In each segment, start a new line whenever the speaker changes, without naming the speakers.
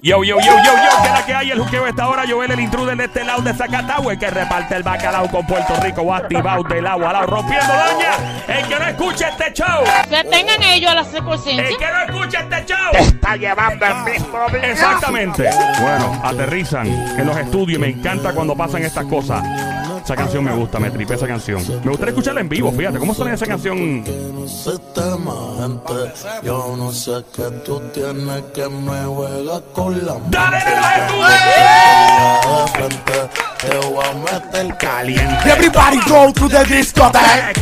Yo, yo, yo, yo, yo, que la que hay el juqueo a esta hora. Joel, el intruder de este lado de Zacatau, el que reparte el bacalao con Puerto Rico, o activado del agua, al lado, rompiendo daña. El que no escucha este show,
Que tengan ellos la
el
circunstancia.
que no escucha este show.
Está llevando el mismo video.
Exactamente. Bueno, aterrizan en los estudios y me encanta cuando pasan estas cosas. Esa canción me gusta, me tripé esa canción. Me gustaría escucharla en vivo, fíjate, ¿cómo suena esa canción?
sistema, gente. Yo no sé qué tú tienes que me juegas con la
¡Dale,
mente.
nene, los estudios!
De repente te voy a meter caliente.
Everybody go to the discotheque.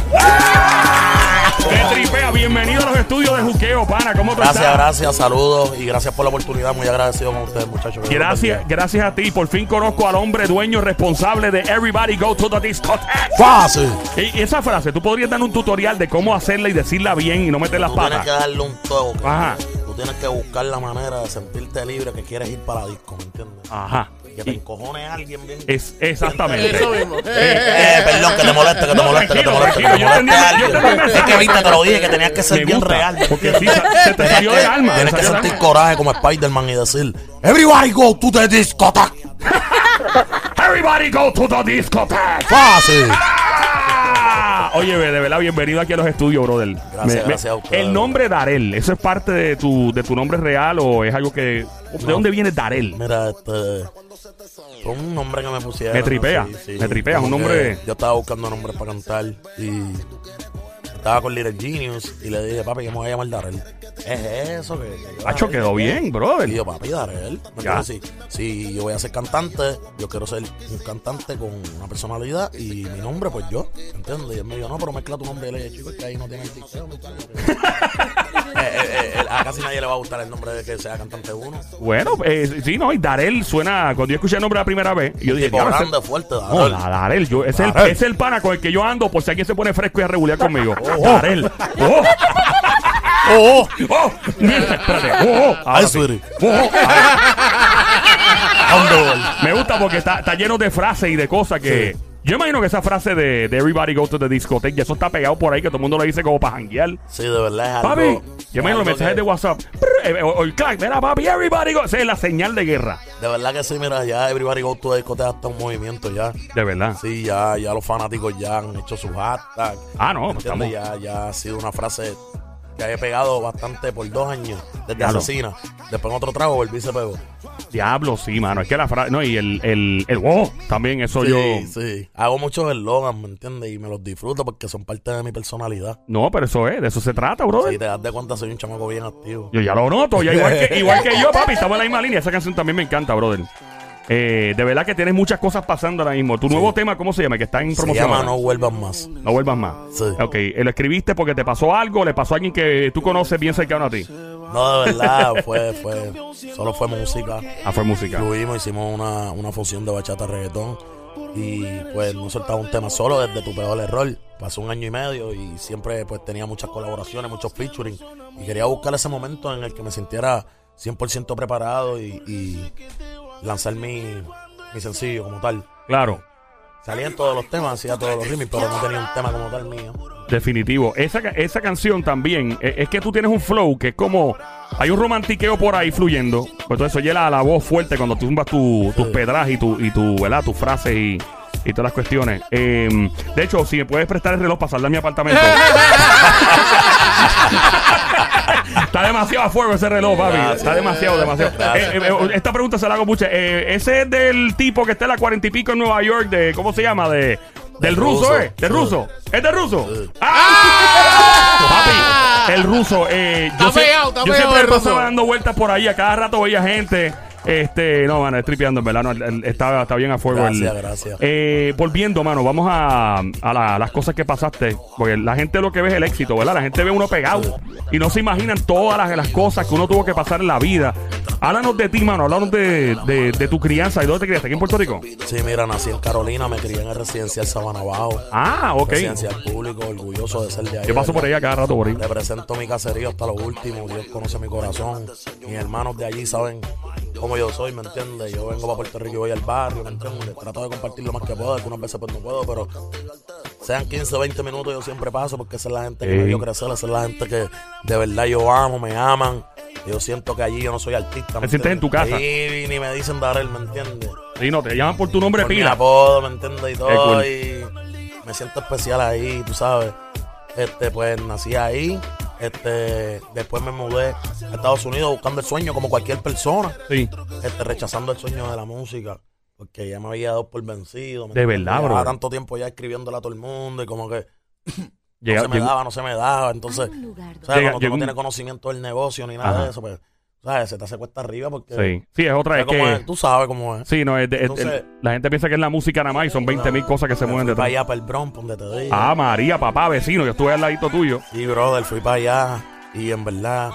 Me tripea, bienvenido a los estudios de juqueo, pana, ¿cómo te
Gracias,
estás?
gracias, saludos y gracias por la oportunidad. Muy agradecido con ustedes, muchachos.
Gracias, gracias a ti. Por fin conozco al hombre dueño responsable de Everybody Go to the Discotheque.
Fácil.
Y y esa frase, tú podrías dar un tutorial de cómo hacerla y decirla bien y no meter las
Tú tienes que
patas.
darle un toque.
Ajá.
Tú tienes que buscar la manera de sentirte libre que quieres ir para disco, ¿me entiendes?
Ajá.
Que te
Y-
encojone alguien bien.
Ah, Es, exactamente.
Eso mismo.
Eh, perdón, que te moleste, que te
No,
moleste, que te
tranquilo,
moleste, que te
tranquilo, yo
moleste
entendí- yo
alguien.
entendí el
Es que
mensaje.
viste, te lo dije, que tenías que ser
Me
bien
gusta,
real.
porque sí, se- se te
Tenías
salió
que-
del alma,
Tienes
se
que
salió del
sentir
alma.
coraje como Spider-Man y decir, Everybody go to the discotheque.
Everybody Go to the Discotheque.
Fácil.
Ah, Oye, ve, de verdad, bienvenido aquí a los estudios, brother.
Gracias, gracias a ustedes,
El nombre Darel, ¿eso es parte de tu, de tu nombre real o es algo que... ¿De dónde viene Darel?
Mira, este. Fue un nombre que me pusieron.
Me tripea,
¿no?
me tripea, es un
Como
nombre-
que Yo estaba buscando nombres para cantar y estaba con Little Genius y le dije, papi, que me voy a llamar Darrell. Es eso que.
Hacho, quedó bien, brother.
Y yo, papi, Darrell. ¿me
Ya.
entiendes? Sí, sí, yo voy a ser cantante, yo quiero ser un cantante con una personalidad y mi nombre, pues yo. ¿Entiendes? Y él me dijo, no, pero mezcla tu nombre. Y le dije, chico, es que ahí no tiene el ticeo, ¿me entiendes? Eh, eh, eh, a casi nadie le va a gustar el nombre de que sea cantante uno.
Bueno, eh, sí, no, y Darel suena. Cuando yo escuché el nombre la primera vez, yo dije,
Tipo,
"Diablo, ese-
grande, fuerte,
no,
Darrell.
la Darel, yo, ese es, el,
Darel.
es el pana con el que yo ando, por si alguien se pone fresco y a regular conmigo. Darel. Oh. Oh, oh, Mira, espérate. Oh, oh, ahora
Ay,
sí.
sweetie.
Oh, oh, ahora-
Underworld.
Me gusta porque está, está lleno de frases y de cosas que.
Sí.
Yo imagino que esa frase de, de Everybody Go to the Discotheque, y eso está pegado por ahí, que todo el mundo lo dice como para janguear.
Sí, de verdad es algo.
Papi, yo imagino
algo
los mensajes
que-
de WhatsApp. Prr, eh, o, o el clack, mira, papi, Everybody Go. Esa es la señal de guerra.
De verdad que sí, mira, ya Everybody Go to the Discotheque hasta un movimiento ya.
De verdad.
Sí, ya, ya los fanáticos ya han hecho sus hashtags.
Ah, no,
¿Entiendes? Ya, ya ha sido una frase que he pegado bastante por dos años desde
Claro.
Asesina. Después en otro trago volví y se pegó.
Diablo, sí, mano. Es que la frase. No, y el, el, el wow, también eso
sí,
yo.
sí. Hago muchos eslogans, ¿me entiendes? Y me los disfruto porque son parte de mi personalidad.
No, pero eso es, de eso se trata, brother.
Si te das de cuenta, soy un chamaco bien activo.
Yo ya lo noto, ya igual que, igual que yo, papi, estamos en la misma línea. Esa canción también me encanta, brother. Eh, de verdad que tienes muchas cosas pasando ahora mismo. Tu nuevo tema, ¿cómo se llama? Que está en
Se
promoción.
llama
ahora.
No Vuelvas Más.
No vuelvas más.
Sí.
Ok, eh, lo escribiste porque te pasó algo, le pasó a alguien que tú conoces bien cercano a ti.
No, de verdad, fue, fue. Solo fue música.
Ah, fue música.
Incluimos, hicimos una, una fusión de bachata reggaetón. Y pues no soltaba un tema solo desde tu peor error. Pasó un año y medio y siempre pues tenía muchas colaboraciones, muchos featuring. Y quería buscar ese momento en el que me sintiera 100% preparado y, y lanzar mi, mi sencillo como tal.
Claro,
Salían todos los temas, hacía todos los remix, pero no tenía un tema como tal mío.
definitivo. Esa, ca- esa canción también, eh, es que tú tienes un flow que es como. Hay un romantiqueo por ahí fluyendo. Pues entonces oye la, la voz fuerte cuando tú tumbas tu- tus
Sí.
pedras y tu, y tu, ¿verdad? tus frases y, y todas las cuestiones. Eh, de hecho, si me puedes prestar el reloj para salir de mi apartamento. Está demasiado a fuego ese reloj, papi.
Gracias.
Está demasiado, demasiado.
Gracias.
Eh, eh, esta pregunta se la hago mucho. Eh, ese es del tipo que está en la cuarenta y pico en Nueva York, de, ¿cómo se llama? De, del
Del
ruso,
ruso.
¿eh? Del
Sí.
ruso. ¿Es del ruso?
Sí.
¡Ah! Papi, el ruso. eh, yo
Está
sie-
pegado, está
yo
pegado
siempre
el ruso.
pasaba dando vueltas por ahí. A cada rato veía gente. Este, no, mano, tripeando, en verdad. No, el- el- está, está bien a fuego. el-
Gracias, gracias.
eh, volviendo, mano, vamos a, a la- las cosas que pasaste. Porque la gente lo que ve es el éxito, ¿verdad? La gente ve uno pegado y no se imaginan todas las, las cosas que uno tuvo que pasar en la vida. Háblanos de ti, mano. Háblanos de, de- de tu crianza. ¿Y dónde te criaste? ¿Aquí en Puerto Rico?
Sí, mira, nací en Carolina, me crié en el residencial Sabana Bajo.
Ah, ok.
Residencial público, orgulloso de ser de ahí.
Yo paso por
¿verdad?
ahí a cada rato por ahí.
Represento mi caserío hasta lo último. Dios conoce mi corazón. Mis hermanos de allí saben cómo yo soy, ¿me entiendes? Yo vengo para Puerto Rico y voy al barrio, ¿me entiendes? Trato de compartir lo más que puedo. Algunas veces pues no puedo, pero sean 15, 20 minutos yo siempre paso porque esa es la gente que me
Ey.
vio crecer, esa es la gente que de verdad yo amo, me aman. Yo siento que allí yo no soy artista.
Te sientes en tu casa.
Y ni me dicen Darrell, ¿me entiendes?
Y no, te llaman por tu nombre
Por mi
pila.
apodo, ¿me entiendes? Y
Qué
todo.
cool.
Y me siento especial ahí, tú sabes. Este, pues nací ahí. Este, después me mudé a Estados Unidos buscando el sueño como cualquier persona.
Sí.
Este, rechazando el sueño de la música. Porque ya me había dado por vencido. ¿me
De
entiendes?
verdad,
Llevaba
bro.
tanto tiempo ya escribiéndola a todo el mundo y como que no
Llega-
se me
llegó-
daba, no se me daba. Entonces,
Hay un lugar
¿sabes?
Llega-
cuando tú
llegó
no
un-
tienes conocimiento del negocio ni nada
Ajá.
de eso, pues, ¿sabes? Se te hace cuesta arriba porque.
Sí. Sí, es otra. Es
¿sabes cómo
que.
es? Tú sabes cómo es.
Sí, no, es de- es-
Entonces-
el- la gente piensa que es la música nada más y son 20 mil cosas que se
Me
mueven
fui para
detrás.
allá, para el Bronx, donde te digo.
Ah, María, papá, vecino, yo estuve al ladito tuyo.
Sí, brother, fui para allá y en verdad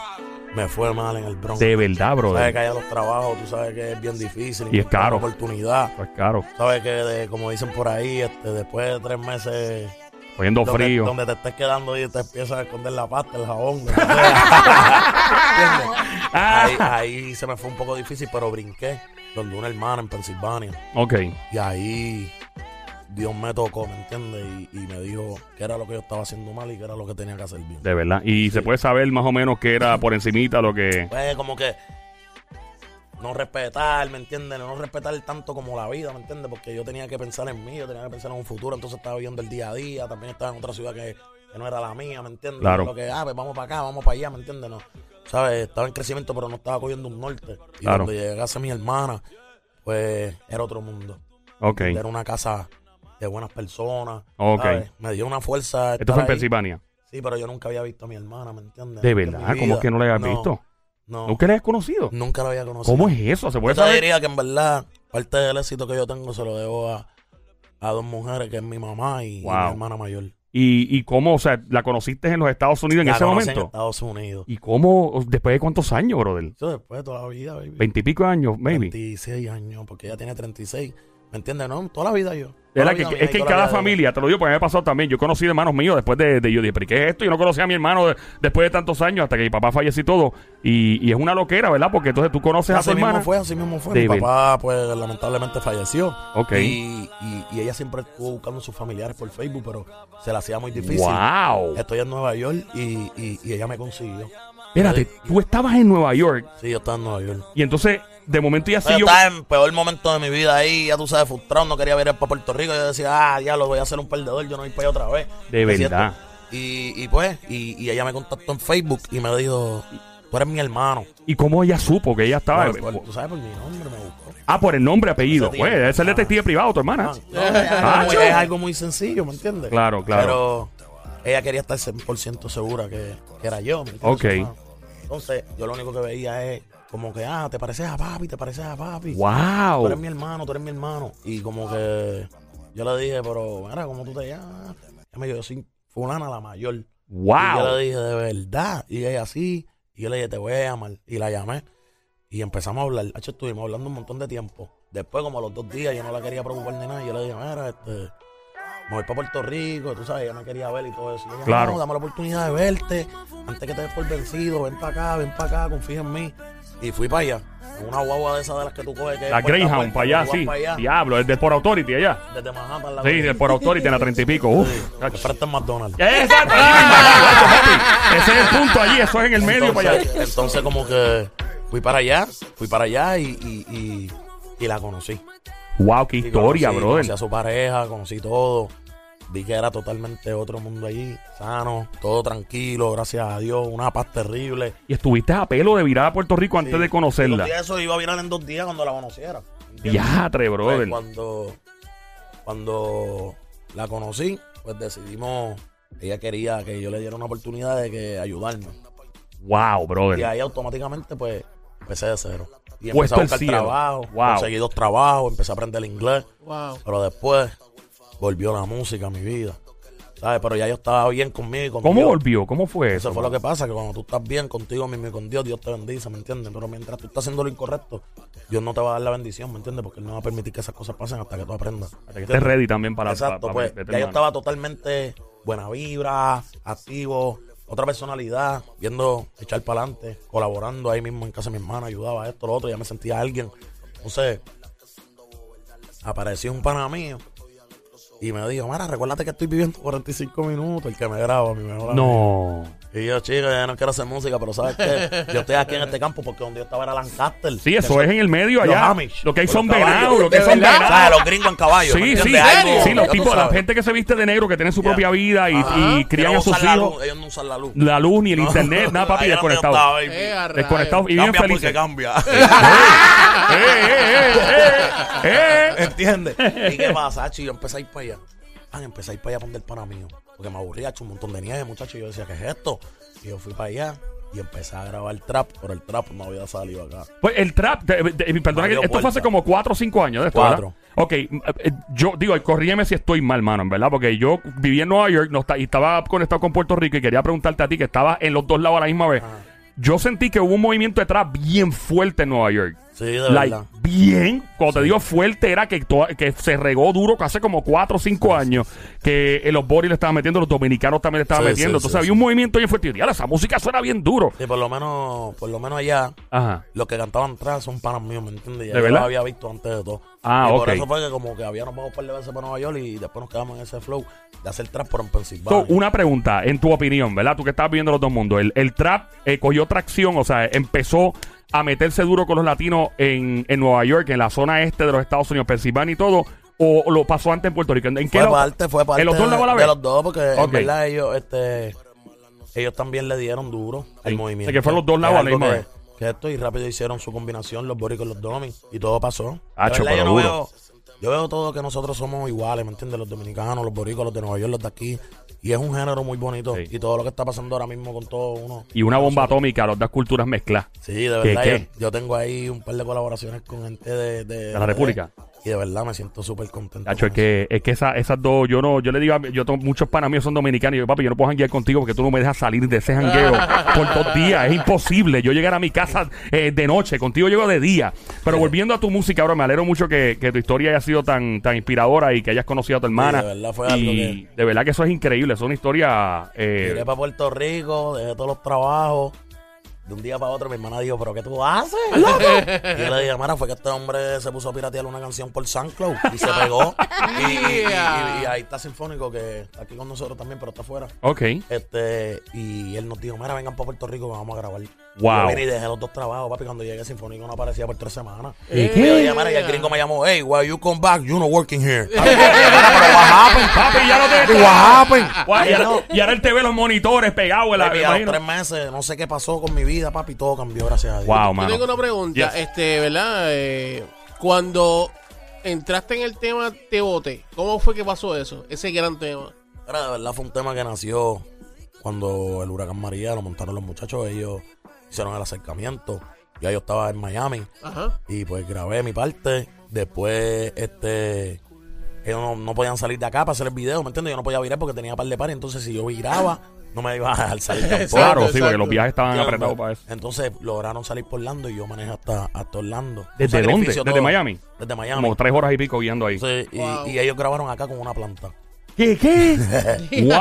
me fue mal en el Bronx.
De verdad,
Tú sabes
brother.
que allá los trabajos, tú sabes que es bien difícil.
Y es caro.
oportunidad.
Pues claro,
Sabes que, de- como dicen por ahí, este, después de tres meses...
cogiendo
donde,
frío.
donde te estés quedando y te empiezas a esconder la pasta, el jabón. lo que sea. ¿Entiendes? ahí, ahí se me fue un poco difícil, pero brinqué. Donde una hermana en Pensilvania.
Ok.
Y ahí Dios me tocó, ¿me entiendes? Y, y me dijo qué era lo que yo estaba haciendo mal y qué era lo que tenía que hacer bien.
De verdad. Y se puede saber más o menos que era por encimita lo que...
Pues como que no respetar, ¿me entiendes? No respetar tanto como la vida, ¿me entiendes? Porque yo tenía que pensar en mí, yo tenía que pensar en un futuro, entonces estaba viviendo el día a día, también estaba en otra ciudad que, que no era la mía, ¿me entiendes?
Claro.
Lo que, ah, pues vamos para acá, vamos para allá, ¿me entiendes? No, ¿sabes? Estaba en crecimiento, pero no estaba cogiendo un norte. Y
Claro.
cuando llegase mi hermana, pues era otro mundo.
Ok.
Era una casa de buenas personas.
Ok.
¿sabes? Me dio una fuerza.
Esto fue en
estar ahí.
Pensilvania.
Sí, pero yo nunca había visto a mi hermana, ¿me entiendes?
De
Nunca en
verdad,
mi
¿cómo
vida.
es que no la habías
No,
visto?
No,
¿Nunca la habías conocido?
nunca la había conocido.
¿Cómo es Pues, eso? ¿Se
Yo
puede
te
saber?
diría que en verdad parte del éxito que yo tengo se lo debo a, a dos mujeres, que es mi mamá y, y
Wow.
mi hermana mayor.
¿Y, y cómo, o sea, la conociste en los Estados Unidos en
La
ese
conocí En
momento?
Estados Unidos.
¿Y cómo, después de cuántos años, brother?
Yo después de toda la vida, baby.
Veintipico años, maybe.
36 años, porque ella tiene 36. ¿Me entiendes? No, toda la vida yo. Toda
Era
la
que,
vida
que-
mía
es
y
que en
toda
cada
la vida de ella.
familia, te lo digo porque me ha pasado también, yo conocí hermanos míos después de, de- yo dije, pero ¿y ¿qué es esto? Yo no conocía a mi hermano de- después de tantos años hasta que mi papá falleció y todo. Y, y es una loquera, ¿verdad? Porque entonces tú conoces a tu
Así mismo
hermana.
fue, así mismo fue.
David.
Mi papá, pues, lamentablemente falleció.
Ok.
Y, y- y ella siempre estuvo buscando sus familiares por Facebook, pero se la hacía muy difícil.
¡Wow!
Estoy en Nueva York y, y- y ella me consiguió.
Espérate, tú estabas en Nueva York
Sí, yo estaba en Nueva York.
y entonces de momento ya
yo
sí yo...
estaba en peor momento de mi vida ahí, ya tú sabes, frustrado, no quería viajar para Puerto Rico. Yo decía, ah, ya lo voy a hacer un perdedor, yo no voy para allá otra vez.
De
Me
verdad.
siento- Y, y pues, y, y ella me contactó en Facebook y me dijo, tú eres mi hermano.
¿Y cómo ella supo que ella estaba?
Por- por- tú sabes, por mi nombre me buscó.
Ah, por el nombre, apellido.
Ese tío.
Pues, debe ser detective privado, tu hermana.
No, es, algo, es algo muy sencillo, ¿me entiendes?
Ah, Claro, claro.
Pero ella quería estar 100% segura que, que era yo. ¿me entiendes?
Ok.
Hermano. Entonces, yo lo único que veía es como que, ah, te pareces a papi, te pareces a papi. Tú
¡Wow!
eres mi hermano, tú eres mi hermano. Y como que yo le dije, pero, mira, ¿cómo tú te llamas? Ella me dijo, yo soy fulana la mayor. Y yo
¡Wow!
le dije, de verdad. Y ella así. Y yo le dije, te voy a llamar. Y la llamé. Y empezamos a hablar. Hacho, estuvimos hablando un montón de tiempo. Después, como a los dos días, yo no la quería preocupar ni nada. Y yo le dije, mira, este, me voy para Puerto Rico. Tú sabes, ella me quería ver y todo eso. Y ella,
Claro.
"No, dame la oportunidad de verte. Antes que te des por vencido, ven para acá, ven para acá, confía en mí. Y fui para allá. En una guagua de esas de las que tú coges. Que es
La
puerta a
Greyhound,
puerta,
para allá,
que tú vas
sí.
"Pues, para allá,
Diablo, es de por Authority allá.
Desde Manhattan. La
Sí, de por Authority en la treinta y pico. Uf.
Al frente al McDonald's.
Exacto. Ah, Ese es el punto allí, eso es en el medio para allá.
Entonces, entonces como que fui para allá, fui para allá y, y, y- y la conocí.
Wow, qué
Y
historia,
conocí- Conocí
brother.
a su pareja, conocí todo. Vi que era totalmente otro mundo allí, sano, todo tranquilo, gracias a Dios, una paz terrible.
Y estuviste a pelo de virar a Puerto Rico antes de conocerla.
Y eso iba a virar en dos días cuando la conociera. ¿entiendes?
Diatre,
Pues,
brother.
cuando, cuando la conocí, pues decidimos, ella quería que yo le diera una oportunidad de que ayudarme.
Wow,
Y
brother.
ahí automáticamente, pues, empecé de cero. Y
Pues Puesto
empecé a
al
buscar
cielo.
trabajo,
Wow.
conseguí dos trabajos, empecé a aprender inglés. Pero después volvió la música a mi vida. ¿Sabes? Pero ya yo estaba bien conmigo. y con
¿Cómo
Dios.
volvió? ¿Cómo fue
Eso
eso?
fue lo que pasa, que cuando tú estás bien contigo mismo y con Dios, Dios te bendice, ¿me entiendes? Pero mientras tú estás haciendo lo incorrecto, Dios no te va a dar la bendición, ¿me entiendes? Porque Él no va a permitir que esas cosas pasen hasta que tú aprendas.
Que estés Este ready también para...
Exacto,
para-
pues
para-
ya yo estaba totalmente buena vibra, activo, otra personalidad, viendo echar para adelante, colaborando ahí mismo en casa de mi hermana, ayudaba a esto, lo otro, ya me sentía alguien. Entonces, apareció un pana mío y me dijo, mira, recuérdate que estoy viviendo 45 minutos, el que me graba, mi mejor amigo.
No.
Y yo, chico, yo no quiero hacer música, pero ¿sabes qué? Yo estoy aquí en este campo porque donde yo estaba era Lancaster.
Sí, eso es en el medio
Los
allá.
Amish.
Lo que hay
Los
son
caballos.
venados, lo que hay
De
son
verdad. O sea,
venados.
los gringos en caballo. ¿me
Sí, sí,
entiendes? Algo,
sí,
ya
los
tú
tipos, la
sabes.
gente que se viste de negro, que tiene su
Ya.
propia vida y,
Ajá.
y crían a
Quieren
sus
usar la
hijos,
luz, Ellos no usan la luz.
la luz ni el internet, nada, papi,
Ahí es donde yo
desconectado.
estaba, baby.
Eh, a rayos.
Desconectados y bien
Cambia porque
felices.
cambia.
¡Eh, eh, eh, eh, eh!
¿Entiendes? ¿Y qué pasa, Hacho? Y Yo empecé a ir para allá. Ah, empecé a ir para allá para donde el pana mío. Porque me aburría, hecho un montón de nieve, muchacho. Y yo decía, ¿qué es esto? Y yo fui para allá y empecé a grabar trap, pero el trap no había salido acá.
Pues el trap, de- de- de- perdona, que
Mario
esto fue
Puerta.
hace como 4 o 5 años de esto,
Cuatro.
¿verdad? Ok, eh, eh, yo digo, eh, corrígeme si estoy mal, mano, en verdad, porque yo viví en Nueva York no, está- y estaba conectado con Puerto Rico y quería preguntarte a ti que estabas en los dos lados a la misma vez. Yo sentí que hubo un movimiento de trap bien fuerte en Nueva York.
Sí, de
Like,
verdad.
bien, cuando te digo fuerte era que, to- que se regó duro que hace como 4 o 5 años que eh, los boris le estaban metiendo, los dominicanos también le estaban
Sí,
metiendo.
sí,
Entonces
sí,
había
sí.
un movimiento bien fuerte. Y yo, "Diablo, esa música suena bien duro.
Sí, por lo menos, por lo menos allá,
Ajá.
los que cantaban trap son panas míos, ¿me entiendes? Ya
¿De
yo
verdad?
los había visto antes de todo.
Ah,
y
ok.
por eso fue que como que habíamos vamos un par de veces para Nueva York y después nos quedamos en ese flow de hacer trap por en Pensilvania.
So, una pregunta, en tu opinión, ¿verdad? Tú que estás viendo los dos mundos. El, el trap eh, cogió tracción, o sea, empezó a meterse duro con los latinos en, en Nueva York, en la zona este de los Estados Unidos, Pensilvania y todo, o lo pasó antes en Puerto Rico. ¿En, en qué
Fue
lo-
parte, fue parte
¿En los dos lados a la
de
vez?
los dos, porque
Ok.
en verdad ellos, este, ellos también le dieron duro al
Sí,
movimiento.
de que fueron los dos
Es
lados a la
algo
misma
que-
vez.
Que esto y rápido hicieron su combinación, los boricos y los domis, y todo pasó. De
Hacho, pero
verdad, yo no
Ah, duro.
veo- yo veo todo que nosotros somos iguales, ¿me entiendes? Los dominicanos, los boricos, los de Nueva York, los de aquí. Y es un género muy bonito.
Sí.
Y todo lo que está pasando ahora mismo con todo uno.
Y una bomba atómica, las dos culturas mezcladas.
Sí, de
¿Qué,
verdad.
qué?
Yo, yo tengo ahí un par de colaboraciones con gente de,
De la República.
Y de verdad me siento súper contento.
Nacho,
con
es que, es que esa- esas dos, yo no, yo le digo, a, yo tengo muchos panas míos son dominicanos, y yo, papi, yo no puedo janguear contigo porque tú no me dejas salir de ese jangueo por dos días, es imposible yo llegar a mi casa eh, de noche, contigo llego de día. Pero volviendo a tu música, ahora me alegro mucho que, que tu historia haya sido tan, tan inspiradora y que hayas conocido a tu hermana.
de verdad fue algo
Y de verdad que eso es increíble, es una historia... eh,
Miré para Puerto Rico, dejé todos los trabajos. De un día para otro, mi hermana dijo, ¿pero qué tú haces? loco?" Y yo le dije, Mara, fue que este hombre se puso a piratear una canción por SoundCloud y se pegó. y, y- y- y- y ahí está Sinfónico, que está aquí con nosotros también, pero está afuera.
ok,
Este, y él nos dijo, mira, vengan para Puerto Rico, que vamos a grabar.
Wow.
Yo vine y dejé los dos trabajos, papi. Cuando llegué Sinfónico no aparecía por tres semanas.
¿Y
Y
qué?
yo dije, mira, y el gringo me llamó, hey, why you come back? You not working here. Papi, pero what happened?
Papi, ya no te-
What happened?
Guau, y,
Ay,
ahora,
no.
y ahora él te ve los monitores pegados en Pues la...
Papi,
me
a los
imagino.
tres meses, no sé qué pasó con mi vida, papi, todo cambió, gracias a Dios.
Wow,
Yo
mano.
tengo una pregunta,
Yes.
este, ¿verdad? Eh, cuando entraste en el tema Te Bote, ¿cómo fue que pasó eso? Ese gran tema.
Era, de verdad fue un tema que nació cuando el huracán María lo montaron los muchachos, ellos hicieron el acercamiento. Ya yo estaba en Miami
Ajá.
y pues grabé mi parte. Después, este, ellos no, no podían salir de acá para hacer el video, ¿me entiendes? Yo no podía virar porque tenía par de pares, entonces si yo viraba, no me iba a dejar salir tampoco.
Claro, sí,
Exacto,
porque los
exacto.
viajes estaban
¿Entiendes?
apretados para eso.
Entonces lograron salir por Orlando y yo manejé hasta, hasta Orlando. Un
¿Desde dónde?
sacrificio
¿Desde
todo.
Miami?
Desde Miami.
Como tres horas y pico guiando ahí.
Sí, y,
Wow.
y ellos grabaron acá con una planta.
¿Qué? ¿Qué? ¡Wow!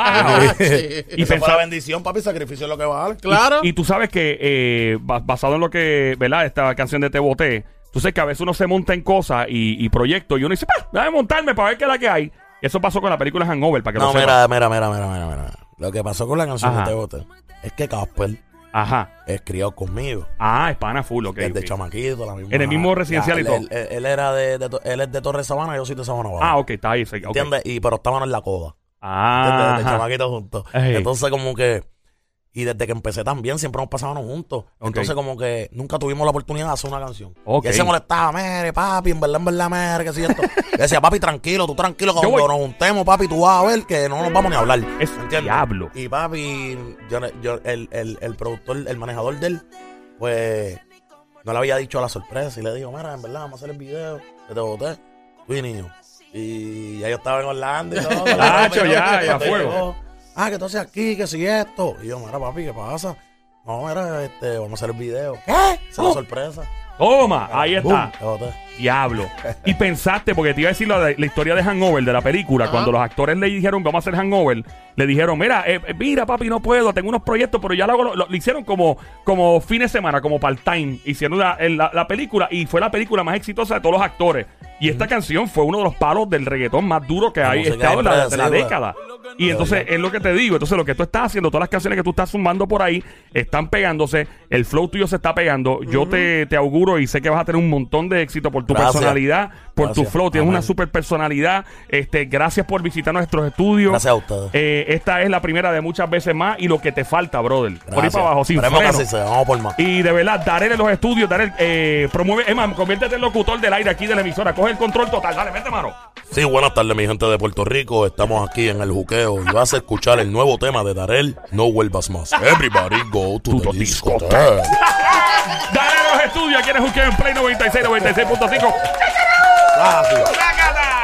y,
Y fue
pensaba-
la bendición, papi, sacrificio es lo que vale.
Claro.
y tú sabes que, eh, bas- basado en lo que, ¿verdad? Esta canción de Te Boté, tú sabes que a veces uno se monta en cosas y, y proyectos y uno dice, ¡Pah! Déjame montarme para ver qué es la que hay. Eso pasó con la película Hangover, para que
No,
lo sepas.
mira, mira, mira, mira, mira, mira. Lo que pasó con la canción
Ajá.
de Te Bote es que Casper
Ajá.
es criado conmigo.
Ah, es pana full, ok.
desde
ok.
chamaquito, la misma.
En el mismo residencial
la-
y todo.
Él, él- él era de, de to- él es de Torre Sabana, yo soy de Sabana Baja.
Ah, ok, está ahí. sí, ok.
¿Entiendes? Y pero estábamos en la coda. ¿entiendes?
Ah,
Desde
ajá.
chamaquito juntos.
Ey.
Entonces, como que. Y desde que empecé también, siempre hemos pasado juntos.
Ok.
Entonces, como que nunca tuvimos la oportunidad de hacer una canción.
Ok.
Y él se molestaba, mere, papi, en verdad, en verdad, mere, que si esto. Yo decía, papi, tranquilo, tú tranquilo, que
Yo
cuando
voy.
nos juntemos, papi, tú vas a ver que no nos vamos ni a hablar.
Es
¿Entiendes?
diablo.
Y papi, yo, yo- el, el, el productor, el manejador de él, pues no le había dicho la sorpresa. Y le dijo, mira, en verdad, vamos a hacer el video, que te boté, tú y niño. Y ya yo estaba en Orlando y todo.
Nacho, ya, ya,
Cuando
fuego.
llegó, Ah, que entonces aquí, que si esto. Y yo, mira, papi, ¿qué pasa? No, mira, este, vamos a hacer el video. ¿Qué? Esa es la sorpresa.
Toma, ahí
Boom,
está.
te boté.
Diablo. Y pensaste, porque te iba a decir la, la historia de Hangover, de la película, cuando los actores le dijeron, vamos a hacer Hangover, le dijeron, mira, eh, eh, mira papi, no puedo, tengo unos proyectos, pero ya lo, hago, lo- lo- le hicieron como, como fin de semana, como part-time. Hicieron la, el- la- la película y fue la película más exitosa de todos los actores. Y esta canción fue uno de los palos del reggaetón más duro que ha
música
estado en la, de la
depresiva.
década. Y entonces es lo que te digo. Entonces lo que tú estás haciendo, todas las canciones que tú estás sumando por ahí, están pegándose. El flow tuyo se está pegando. Yo te, te auguro y sé que vas a tener un montón de éxito por tu
Gracias.
personalidad, por tu
Gracias.
flow. Tienes
Amén.
una super personalidad. Este, gracias por visitar nuestros estudios.
Gracias a ustedes.
Eh, esta es la primera de muchas veces más y lo que te falta, brother. Por ahí
Gracias.
para abajo, sin
Esperemos que
freno.
así sea, vamos por más.
Y de verdad, Darel en los estudios, Darel, eh, promueve. Es más, conviértete en locutor del aire aquí de la emisora. Coge el control total. Dale, vete, mano.
Sí, buenas tardes, mi gente de Puerto Rico. Estamos aquí en el juqueo y vas a escuchar el nuevo tema de Darel, No Vuelvas Más. Everybody go to
To
the
the
discotheque.
Darel en los estudios. Aquí en el Juqueo en Play 96, 96.5.
Gracias.
¡Sácata!